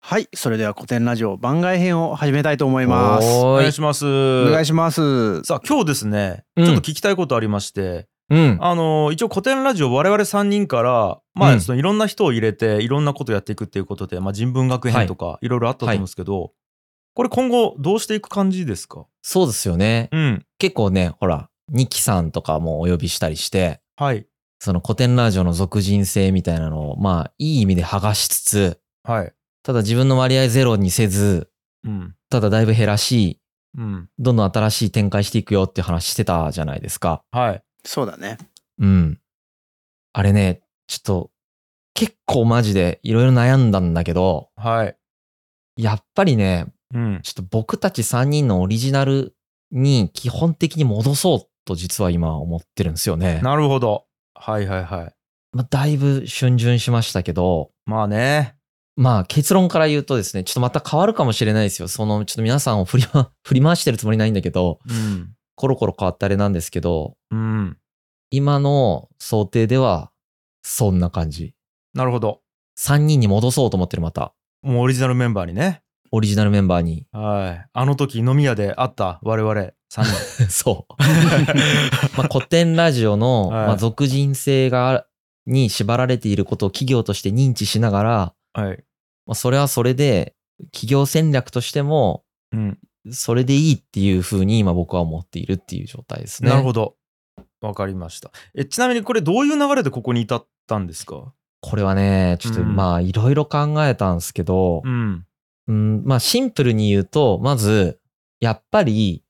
はいそれでは古典ラジオ番外編を始めたいと思いますおおーお願いします。願いしますさあ今日ですね、うんちょっと聞きたいことありまして、うん。あの一応古典ラジオ我々3人から、まうあ、んそのいろんな人を入れていろんなことやっていくっていうことで、まあ、人文学編とかいろいろあったと思うんですけど、これ今後どうしていく感じですかそうですよね。うん。結構ね、ほら、ニキさんとかもお呼びしたりして、はい。その古典ラジオの俗人性みたいなのを、まあ、いい意味で剥がしつつ、はい。ただ自分の割合ゼロにせず、うん。ただだいぶ減らし、うん。どんどん新しい展開していくよっていう話してたじゃないですか。はい。そうだねうん。あれね、ちょっと、結構マジでいろいろ悩んだんだけど、はい。やっぱりね、うん。ちょっと僕たち3人のオリジナルに基本的に戻そうと実は今思ってるんですよね。なるほど。はいはいはい。まあ、だいぶ逡巡しましたけど、まあね。まあ結論から言うとですね、ちょっとまた変わるかもしれないですよ。その、ちょっと皆さんを振り,、ま、振り回してるつもりないんだけど、うん。コロコロ変わったあれなんですけど、うん。今の想定ではそんな感じ。なるほど。 3人に戻そうと思ってるまた。もうオリジナルメンバーにね。オリジナルメンバーに。はい。あの時飲み屋で会った我々3人。 そう。まあ、古典ラジオの、はいまあ、俗人性があに縛られていることを企業として認知しながら、はい。まあ、それはそれで企業戦略としてもうん。それでいいっていうふうに今僕は思っているっていう状態ですね。なるどほど。わかりました。え、ちなみにこれどういう流れでここに至ったんですかこれはねちょっとうんまあいろいろ考えたんですけど、ん。うんまあ、シンプルに言うとまずやっぱり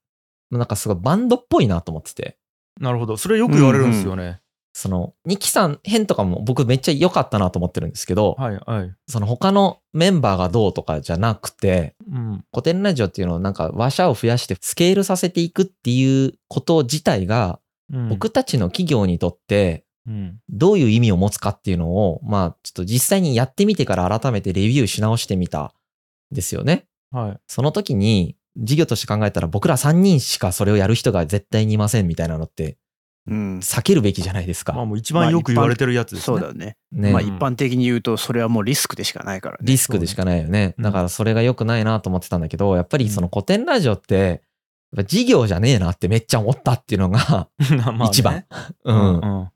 なんかすごいバンドっぽいなと思ってて。なるほど。それよく言われるんですよね。その、ニキさん編とかも僕めっちゃ良かったなと思ってるんですけど、はいはい。その他のメンバーがどうとかじゃなくて、うん。古典ラジオっていうのをなんか話者を増やしてスケールさせていくっていうこと自体が、うん、僕たちの企業にとってうん。どういう意味を持つかっていうのを、まあちょっと実際にやってみてから改めてレビューし直してみたんですよね。はい。その時に事業として考えたら僕ら3人しかそれをやる人が絶対にいませんみたいなのってうん避けるべきじゃないですまあか。もう一番よく言われてるやつですそね。うだねねまあうん一般的に言うとそれはもうリスクでしかないからねリスクでしかないよね。うんだからそれが良くないなと思ってたんだけど、やっぱりその古典ラジオって、やっぱ事業じゃねえなってめっちゃ思ったっていうのが、 まあね一番。う。うんん。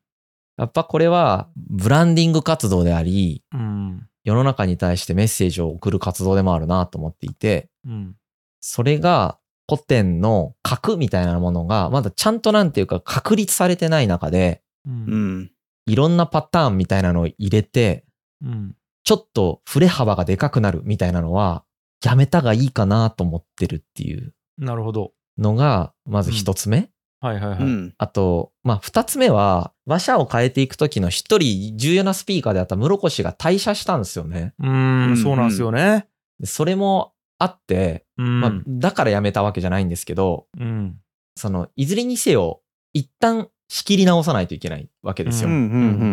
やっぱこれはブランディング活動であり、うん。世の中に対してメッセージを送る活動でもあるなと思っていて、うん。それが古典の核みたいなものが、まだちゃんとなんていうか確立されてない中で、う。うんんいろんなパターンみたいなのを入れて、うん。ちょっと振れ幅がでかくなるみたいなのは、やめたがいいかなと思ってるっていうなるほど。のが、まず一つ目。はいはいはうい。んあと、まあ、二つ目は、話者を変えていくときの一人重要なスピーカーであった室越が退社したんですよね。うん、そうなんですよね。でそれもあって、うん。まあ、だからやめたわけじゃないんですけど、うん。その、いずれにせよ、一旦仕切り直さないといけないわけですうよ。んう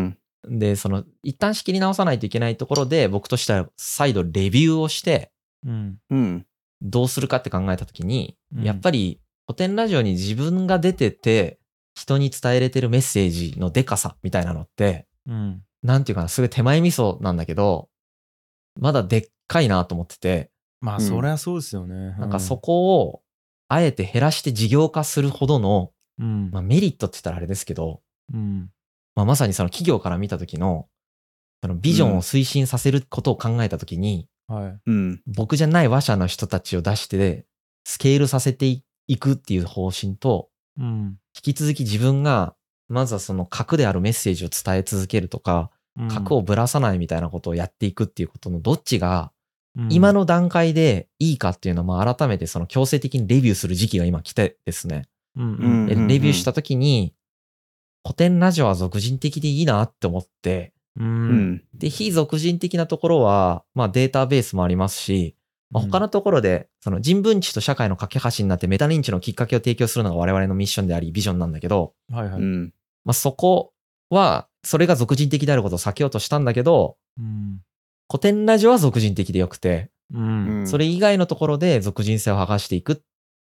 んで、その、一旦仕切り直さないといけないところで、僕としては再度レビューをして、うん。うんうんどうするかって考えたときに、うんやっぱり古典ラジオに自分が出てて、人に伝えれてるメッセージのデカさみたいなのって、うん。なんていうかな、すごい手前味噌なんだけど、まだでっかいなと思ってて、まあ、うんそりゃそうですよね。なんかそこを、あえて減らして事業化するほどの、うん。まあ、メリットって言ったらあれですけど、うん。まあ、まさにその企業から見た時の、そのビジョンを推進させることを考えた時に、はい。うん僕じゃない話者の人たちを出して、スケールさせていくっていう方針と、うん。引き続き自分が、まずはその核であるメッセージを伝え続けるとか、うん核をぶらさないみたいなことをやっていくっていうことのどっちが、今、の段階でいいかっていうのも改めてその強制的にレビューする時期が今来てですね。うん。ううんんでレビューした時に、古典ラジオは俗人的でいいなって思って、う。うんんで、非俗人的なところは、まあデータベースもありますし、まあ、他のところで、その人文知と社会の架け橋になってメタ認知のきっかけを提供するのが我々のミッションであり、ビジョンなんだけど、はいはうい。んまあそこは、それが俗人的であることを避けようとしたんだけど、うん。古典ラジオは俗人的でよくて、うん。それ以外のところで俗人性を剥がしていくっ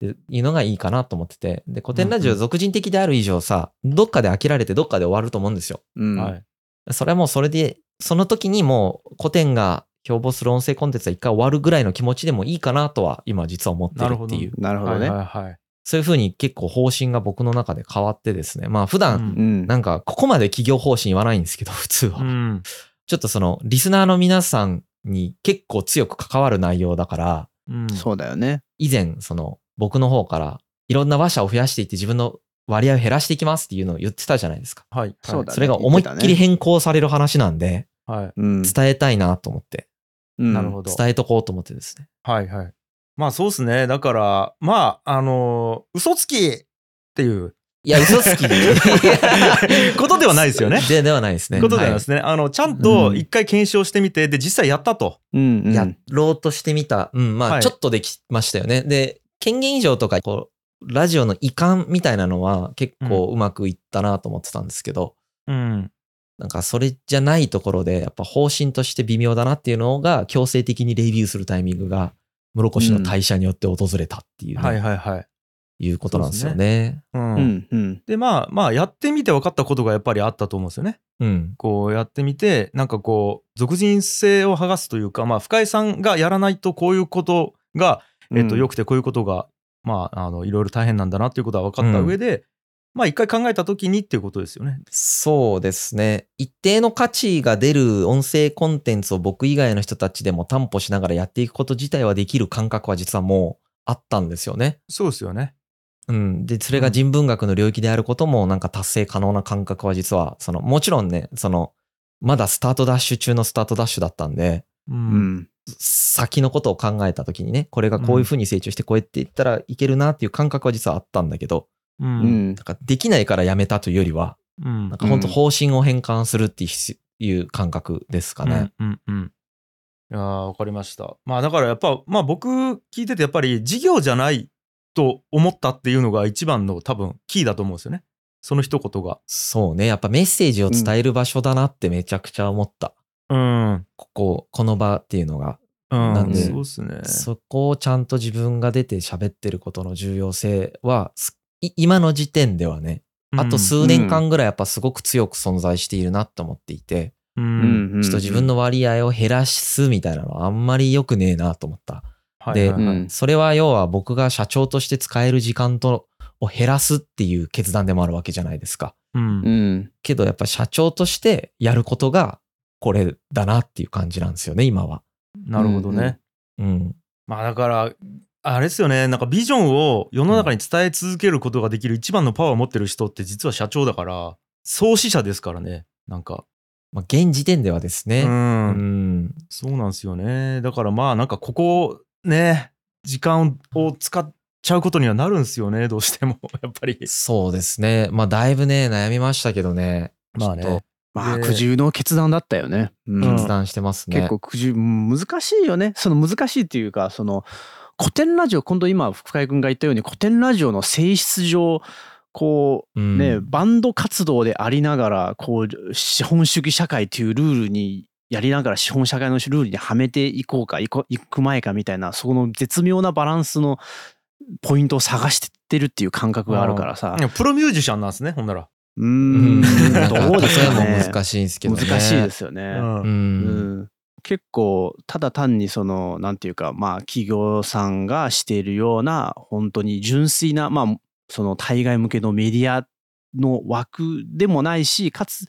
ていうのがいいかなと思ってて。で、古典ラジうオんうん俗人的である以上さ、どっかで飽きられてどっかで終わると思うんですよ。うんはい。それはもうそれで、その時にもう古典が標榜する音声コンテンツは一回終わるぐらいの気持ちでもいいかなとは今実は思ってるっていう、なるほどね。はいはいはいそういうふうに結構方針が僕の中で変わってですね、まあ普う段、うんん。なんかここまで企業方針言わないんですけど、普通は。うんちょっとそのリスナーの皆さんに結構強く関わる内容だから、うんそうだよね。以前その僕の方からいろんな話者を増やしていって自分の割合を減らしていきますっていうのを言ってたじゃないですか。はいはいそうだねそれが思いっきり変更される話なんで、はいうん。伝えたいなと思って、ななるほど伝えとこうと思ってですね。はいはいまあそうですねだからまああのー嘘つきっていう いや、嘘つきことではないですよねでではない ですね。ことではないはでいすね、あのちゃんと一回検証してみてで実際やったと、うんうん。やろうとしてみた。うん、まはあ、いちょっとできましたよね。で、権限以上とか、こう、ラジオの遺憾みたいなのは結構うまくいったなと思ってたんですけど、うん、なんかそれじゃないところで、やっぱ方針として微妙だなっていうのが強制的にレビューするタイミングが、室越の退社によって訪れたっていうね、はいいはいはいうことなんですよね。うんうんうん。でまあまあやってみて分かったことがやっぱりあったと思うんですよね。うん。こうやってみてなんかこう俗人性を剥がすというか、まあ、深井さんがやらないとこういうことが、えっとうんよくてこういうことが、まあ、あのいろいろ大変なんだなっていうことは分かった上で、まあ一回考えた時にっていうことですよね。そうですね。一定の価値が出る音声コンテンツを僕以外の人たちでも担保しながらやっていくこと自体はできる感覚は実はもうあったんですよね。そうですよね。うん。で、それが人文学の領域であることもなんか達成可能な感覚は実は、その、もちろんね、その、まだスタートダッシュ中のスタートダッシュだったんで、ううんん。先のことを考えた時にね、これがこういう風に成長してこうやっていったらいけるなっていう感覚は実はあったんだけど、ううんんなんかできないからやめたというよりは、うんなんか本当方針を変換するっていう必いう感覚ですかね。うんうんうんいやーわかりました。まあだからやっぱ、まあ、僕聞いててやっぱり事業じゃないと思ったっていうのが一番の多分キーだと思うんですよね。その一言が。そうね。やっぱメッセージを伝える場所だなってめちゃくちゃ思った。うん。ここ、この場っていうのが。うん、なんでそうっすね。そこをちゃんと自分が出て喋ってることの重要性は、すい今の時点ではね、あと数年間ぐらいやっぱすごく強く存在しているなって思っていて、ううんんうん。ちょっと自分の。の割合を減らすみたいなのはあんまり良くねえなと思った。はいではいはいうんそれは要は僕が社長として使える時間とを減らすっていう決断でもあるわけじゃないですか。うんうん。けどやっぱ社長としてやることがこれだなっていう感じなんですよね、今は。なるほどね。うんうんうん。まあだから、あれですよね、なんかビジョンを世の中に伝え続けることができる一番のパワーを持ってる人って実は社長だから、創始者ですからね、なんか。まあ、現時点ではですう、ね。うんん。そうなんですよね。だからまあなんかここね、時間を使っちゃうことにはなるんですよね、どうしても、 やっぱり。そうですね。まあだいぶね、悩みましたけどね。まあねちょっとまあ、で苦渋の決断だったよね。うんうん決断してますね。結構苦渋、難しいよね。その難しいっていうか、その、古典ラジオ、今度今、深井君が言ったように、古典ラジオの性質上、こうう、ん、ね、バンド活動でありながら、こう、資本主義社会というルールに、やりながら資本社会のルールにはめていこうか、いこいく前かみたいな、その絶妙なバランスのポイントを探してってるっていう感覚があるからさ。プロミュージシャンなんですね、ほんなら。うーうんん、どうですか例えね も。難しいんですけどね。。難しいですすようね。うんん。うん結構ただ単にそのなんていうかまあ企業さんがしているような本当に純粋なまあその対外向けのメディアの枠でもないしかつ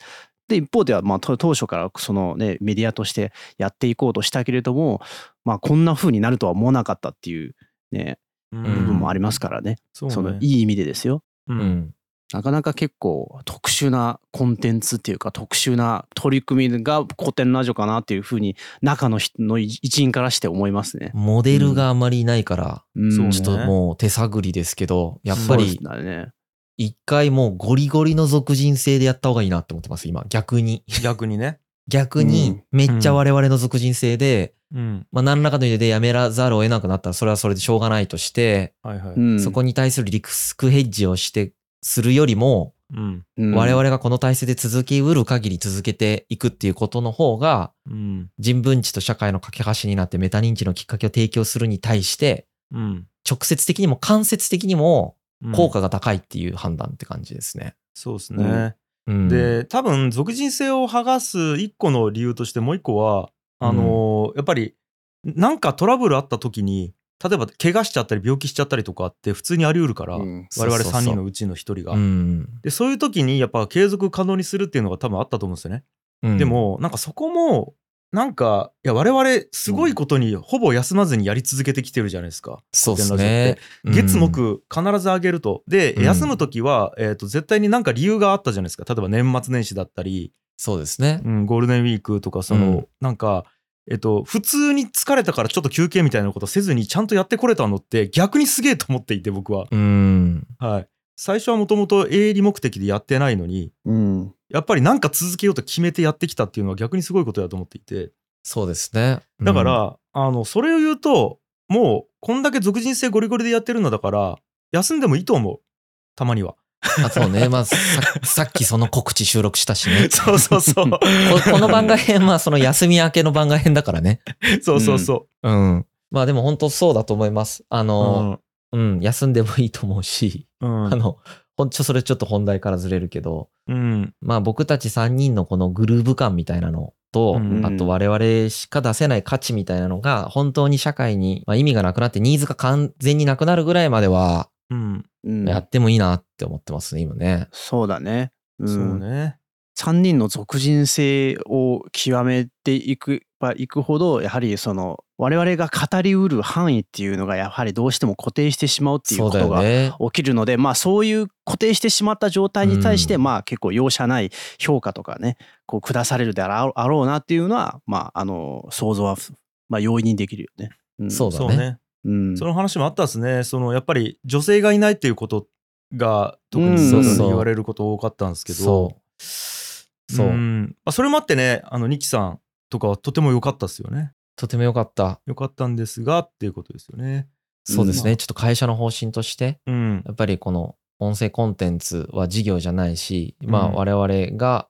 で一方ではまあと当初からそのねメディアとしてやっていこうとしたけれどもまあこんな風になるとは思わなかったっていうねう。部分もありますすからね、そうねそのいい意味でですよ。ううんん。なかなか結構特殊なコンテンツっていうか特殊な取り組みが古典ラジオかなっていうふうに中の人の一員からして思いますね。モデルがあまりいないから、うんそうねちょっともう手探りですけど、やっぱそうでりすね。一回もうゴリゴリの俗人性でやった方がいいなって思ってます、今。逆に。逆にね。逆に、めっちゃ我々の俗人性で、うん。まあ何らかの理由でやめらざるを得なくなったら、それはそれでしょうがないとして、はいはい。うんそこに対するリスクヘッジをして、するよりも、うん。うん我々がこの体制で続けうる限り続けていくっていうことの方が、うん。人文知と社会の架け橋になってメタ認知のきっかけを提供するに対して、うん。直接的にも間接的にもうん効果が高いっていう判断って感じですね。そうですね。うん、で、多分、俗人性を剥がす一個の理由として、もう一個は、あのーやっぱりなんかトラブルあった時に例えば怪我しちゃったり病気しちゃったりとかって普通にあり得るから、うん我々そうそうそう3人のうちの1人がうんでそういう時にやっぱ継続可能にするっていうのが多分あったと思うんですよね、うんでもなんかそこもなんかいや我々すごいことにほぼ休まずにやり続けてきてるじゃないですか、そうですね月うん木必ず上げるとでうん休む時は、えー、と絶対になんか理由があったじゃないですか例えば年末年始だったり、そうですねうん、ゴールデンウィークとかその、うんなんかえっと、普通に疲れたからちょっと休憩みたいなことせずにちゃんとやってこれたのって逆にすげえと思っていて僕 は、うんはい、最初はもともと営利目的でやってないのにうんやっぱりなんか続けようと決めてやってきたっていうのは逆にすごいことだと思っていてそうですねだから、あのそれを言うともうこんだけ俗人性ゴリゴリでやってるのだから休んでもいいと思うたま にはうんあそうねまあさ さっきその告知収録したしねそうそうそう ここの番外編はその休み明けの番外編だからねそうそうそうんまあでも本当そうだと思いますあう、のうん、休んでもいいと思うしうんあのほんちょそれちょっと本題からずれるけどうんまあ僕たち3人のこのグルーヴ感みたいなのと、うんあと我々しか出せない価値みたいなのが本当に社会にまあ意味がなくなってニーズが完全になくなるぐらいまではうんうんやってもいいなって思ってますね、今ね。そうだね。うん、そうね3人の俗人性を極めていくばいくほどやはりその我々が語りうる範囲っていうのがやはりどうしても固定してしまうっていうそうこだとよがね。起きるのでまあそういう固定してしまった状態に対して、うんまあ結構容赦ない評価とかねこう下されるであろうあろうなっていうのはまああの想像は、まあ、容易にできるよね。うん、そうだねそうねうんその話もあったですねそのやっぱり女性がいないっていうことが特にそううん言われること多かったんですけど、そう。そう。んまあそれもあってねあのニキさんとかはとても良かったですよねとても良かった。良かったんですがっていうことですよねそうですうね。ちょっと会社の方針として、うんやっぱりこの音声コンテンツは事業じゃないし、まあうん我々が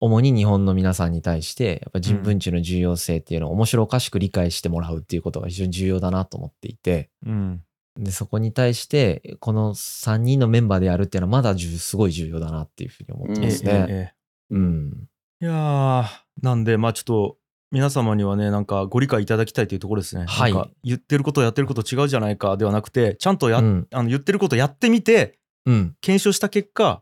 主に日本の皆さんに対して、やっぱ人文知の重要性っていうのを面白おかしく理解してもらうっていうことが非常に重要だなと思っていて、うんで、そこに対して、この3人のメンバーでやるっていうのはまだじゅすごい重要だなっていうふうに思ってそうえまえすね。ええうん。いやーなんでまあちょっと皆様にはねなんかご理解いただきたいというところですね。はいなんか言ってることやってること違うじゃないかではなくてちゃんとや、うん。あの言ってることやってみてうん。検証した結果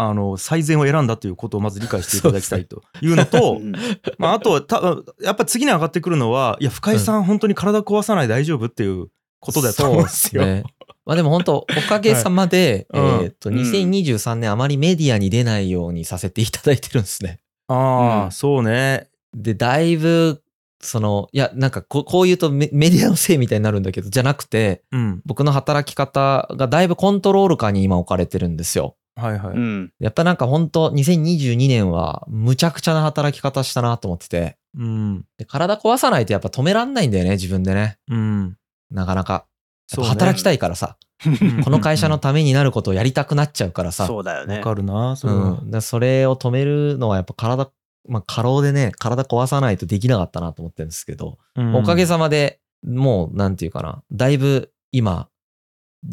あの最善を選んだということをまず理解していただきたいというのとうんまあ、あとはたやっぱ次に上がってくるのはいや深井さん、本当に体壊さない大丈夫っていうことだと思うんですよ。そうねまあでも本当、おかげさまで、はいうんえっと、うん2023年あまりメディアに出ないようにさせていただいてるんですね。ああ、うんそうね。で、だいぶ、その、いや、なんかこう、こう言うとメメディアのせいみたいになるんだけど、じゃなくて、うん僕の働き方がだいぶコントロール下に今置かれてるんですよ。はいはい。うんやっぱなんか本当2022年は、むちゃくちゃな働き方したなと思ってて、うんで体壊さないとやっぱ止めらんないんだよね、自分でね。うんなかなか。やそうっねぱ働きたいからさ、この会社のためになることをやりたくなっちゃうからさ、そうだよねわ。かるなそれはうん、だからそれを止めるのはやっぱ体、まあ過労でね、体壊さないとできなかったなと思ってるんですけど、うんおかげさまで、もう、なんていうかな、だいぶ今、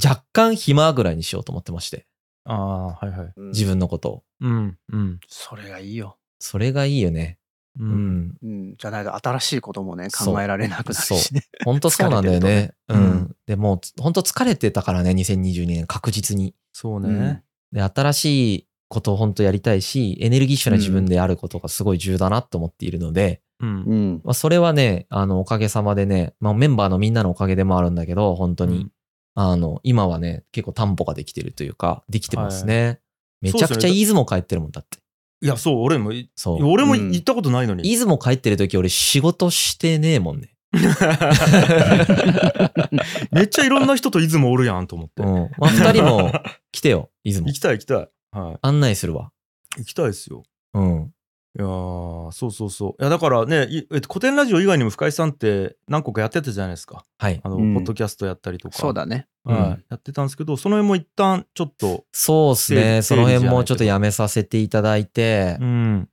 若干暇ぐらいにしようと思ってまして、ああはいはい。うん自分のことを。うんうんそれがいいよ。それがいいよね。ううんん。うん、じゃないと新しいこともねそう考えられなくなるしね。ほんとそうなんだよね。疲れうてるとねん。でもう、ほんと疲れてたからね、2022年、確実に。そうね。で、新しいことをほんとやりたいし、エネルギッシュな自分であることがすごい重要だなと思っているので、う んうんまあ、それはね、あの、おかげさまでね、まあ、メンバーのみんなのおかげでもあるんだけど、本当に、うんあの、今はね、結構担保ができてるというか、できてますね。めちゃくそうちでゃすね出雲帰ってるもんだって。いやそう俺もいそう。俺もうん行ったことないのに。出雲帰ってる時俺仕事してねえもんね。 めっちゃいろんな人と出雲おるやんと思って。うん。まあ、二人 も来てよ、出雲行。きたい行きたい。は案内するわ。い。行きたいですよ。うん。いやーそうそうそう。いやだからね、いえっと、古典ラジオ以外にも深井さんって何個かやってたじゃないですか。はい。あの、うんポッドキャストやったりとか。そうだね。はい、うんやってたんですけど、その辺も一旦ちょっと、そうっす整理ね。その辺整理じゃないもけどちょっとやめさせていただいて、うん。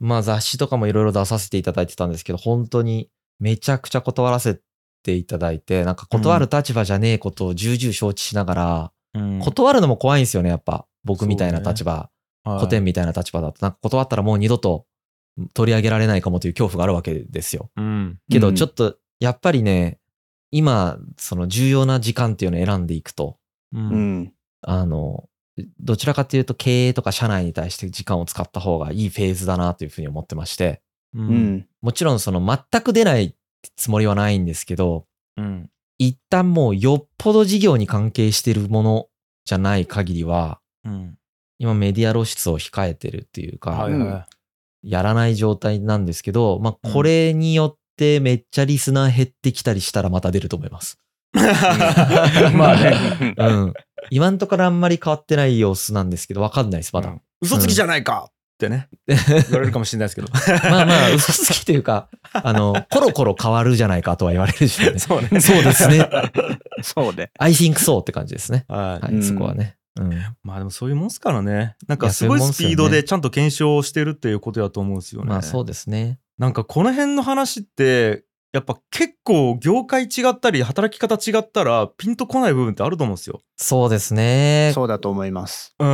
まあ雑誌とかもいろいろ出させていただいてたんですけど、本当にめちゃくちゃ断らせていただいて、なんか断る立場じゃねえことを重々承知しながら、うん断るのも怖いんですよね、やっぱ。僕みたいなそうね立場、はい古典みたいな立場だと。なんか断ったらもう二度と取り上げられないかもという恐怖があるわけですよ。うん。けうどんちょっとやっぱりね、今、その重要な時間っていうのを選んでいくと、う。うんん。あの、どちらかというと経営とか社内に対して時間を使った方がいいフェーズだなというふうに思ってまして、うう。んん。もちろんその全く出ないつもりはないんですけど、うん。一旦もうよっぽど事業に関係してるものじゃない限りは、うん。今メディア露出を控えてるっていうか、はいはやらない状態なんですけど、まうあ、んこれによってめっちゃリスナー減ってきたりしたらまた出ると思います。い。 まあね。うん。今んところあんまり変わってない様子なんですけど、わかんないです、まだ。うん嘘つきじゃないかってね。言われるかもしれないですけど。まあまあ、嘘つきというか、あの、コロコロ変わるじゃないかとは言われるしね。 そうね。 そうですね。 そうで。 I think so って感じですね。はい。はうい、んそこはね。うん。まあでもそういうもんすからね。なんいかやすごいそういうもんスっすよピねードでちゃんと検証してるっていうことだと思うんですよね。まあそうですね。なんかこの辺の話って、やっぱ結構業界違ったり働き方違ったらピンとこない部分ってあると思うんですよ。そうですね。そうだと思います。う。うん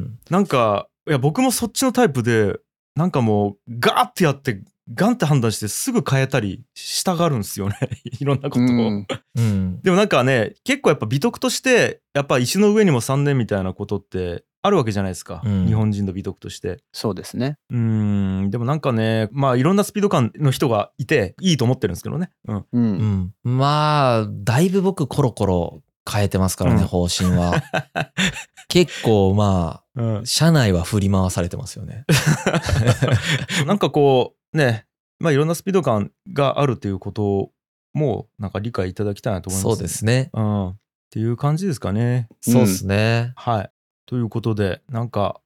ん。なんか、いや僕もそっちのタイプで、なんかもうガーってやって、ガンって判断してすぐ変えたりしたがるんですよね。 いろんなことを。うんうん。でもなんかね、結構やっぱ美徳として、やっぱ石の上にも3年みたいなことってあるわけじゃないですか。うん日本人の美徳として。そうですね。うーんでもなんかねまあいろんなスピード感の人がいていいと思ってるんですけどね、うん、う。うんん。まあ、だいぶ僕コロコロ変えてますからね、うん方針 は。結構まあ、社内は振り回されてますよね。 なんかこうねまあいろんなスピード感があるということもなんか理解いただきたいなと思います、そうで、すね。うん、っていう感じですかねそうですね。はいということでなんか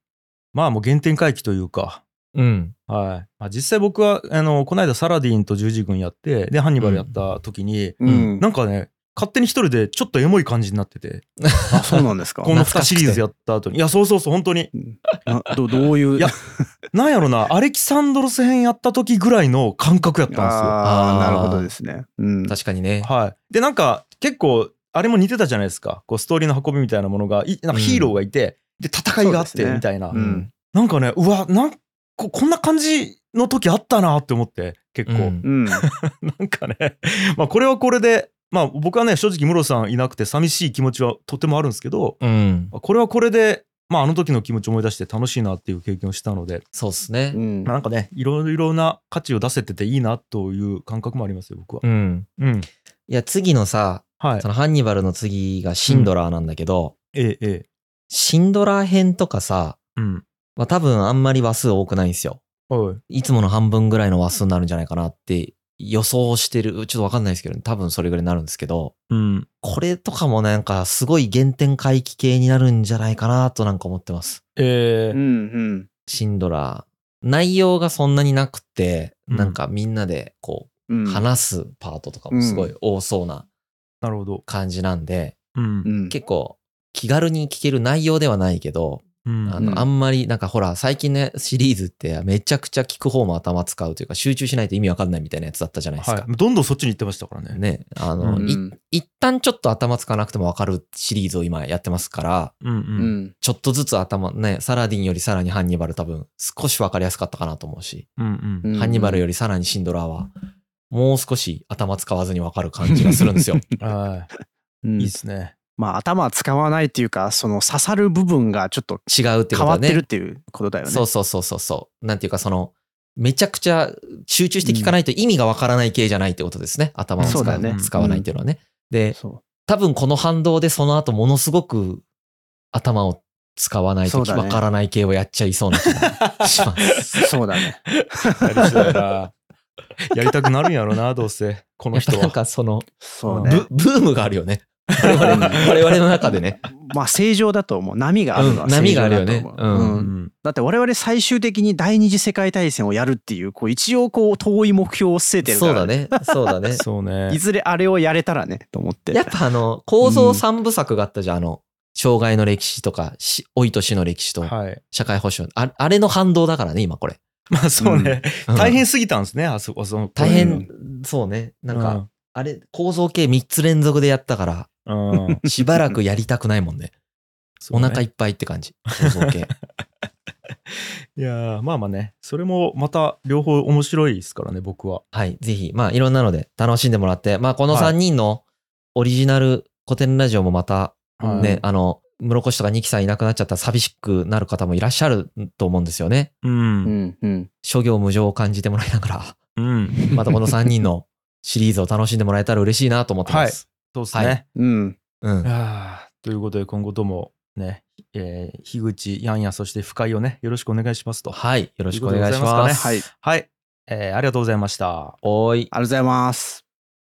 まあもう原点回帰というかうん。はいまあ、実際僕はあのこの間サラディンと十字軍やってでハンニバルやった時に、うんん。なんかね勝手に一人でちょっとエモい感じになっててあ、そうなんですか。この2シリーズやった後にいやそうそうそう本当になど どういう。いやなんやろな、アレキサンドロス編やった時ぐらいの感覚やったんですああーあ、なるほどですね。うん。確かにね。よ。はい。で、なんか、結構、あれも似てたじゃないですか。こう、ストーリーの運びみたいなものが、いなんかヒーローがいて、で、戦いがあっそうですて、ねみたいな、うんなんかね、うわ、なんこ、こんな感じの時あったなって思って、結構。うんうん。 なんかね、まあ、これはこれで、まあ、僕はね、正直、ムロさんいなくて寂しい気持ちはとてもあるんですけど、うん。これはこれで、まあ、あの時の気持ちを思い出して楽しいなっていう経験をしたので、そうですねう。んまあなんかね、いろいろな価値を出せてていいなという感覚もありますよ、僕はう。ん。うん。いや、次のさ、はいそ。のハンニバルの次がシンドラーなんだけど、ええ、ええ。シンドラー編とかさ、うん。まあ、多分あんまり話数多くないんですよ。おい。いつもの半分ぐらいの話数になるんじゃないかなって予想してる。ちょっとわかんないですけど、多分それぐらいになるんですけど、うん。これとかもなんかすごい原点回帰系になるんじゃないかなとなんか思ってます。えうえ。んうんシンドラー。内容がそんなになくて、うんなんかみんなでこう。うん話すパートとかもすごい多そうななるほど。感じなんで、うんう。ん。結構気軽に聞ける内容ではないけど、うんあうの、んあんまり、なんかほら、最近のシリーズってめちゃくちゃ聞く方も頭使うというか、集中しないと意味わかんないみたいなやつだったじゃないですはか。い。どんどんそっちに行ってましたからね。ね。あの、うんい一旦ちょっと頭使わなくてもわかるシリーズを今やってますから、うんう。うんん。ちょっとずつ頭、ね、サラディンよりさらにハンニバル多分少しわかりやすかったかなと思うし、うんうんハンニバルよりさらにシンドラーは、もう少し頭使わずにわかる感じがするんですよ。 うん。はうい。んいいっすね。まあ頭は使わないっていうか、その刺さる部分がちょっと違うって変ことわはってねるっ。ていうことだよね。そうそうそうそうそう。なんていうかその、めちゃくちゃ集中して聞かないと意味がわからない系じゃないってことですね。頭を使そううだね使わないっていうのはね。で、そ多分この反動でその後ものすごく頭を使わないそとうだねわからない系をやっちゃいそうな気がします。う。そうだね。やりそう やな。やりたくなるんやろな、どうせ。このやっぱ人なんは。かその、そうブね。ブームがあるよね。我々 我々の中でね。まあ正常だと思う。波があるのうはん正波があ常るよだとね思う。うんうんん。だって我々最終的に第二次世界大戦をやるっていう、こう一応こう遠い目標を据えてるかそうら、だね。そうだね。そうねい。ずれあれをやれたらね、と思って。やっぱあの、構造三部作があったじゃん。あの、障害の歴史とか、し老いと死の歴史と、はい。社会保障。ああれの反動だからね、今これ。まあ そうね。うん大変すぎたんですね、あそこ。その大う変、そうね。なんか、、あれ、構造系3つ連続でやったから、うんうん。しばらくやりたくないもんね。そおうね腹いっぱいって感じ。構造系。いやーまあまあねそれもまた両方面白いですからね僕ははい、ぜひ、まあ、いろんなので楽しんでもらって、まあ、この3人のオリジナル古典ラジオもまた、はいね、あの、室越とか二木さんいなくなっちゃったら寂しくなる方もいらっしゃると思うんですよね。ううんんうん諸行無常を感じてもらいながら、うんまたこの3人のシリーズを楽しんでもらえたら嬉しいなと思ってます。そうですね、はうんうん。あーということで今後ともね、えー、樋口やんやそして深井をねよろしくお願いしますとはい、よろしくお願いしということでま。ございますすかはいありがはい、えーありがとうございましたおーい。とうございます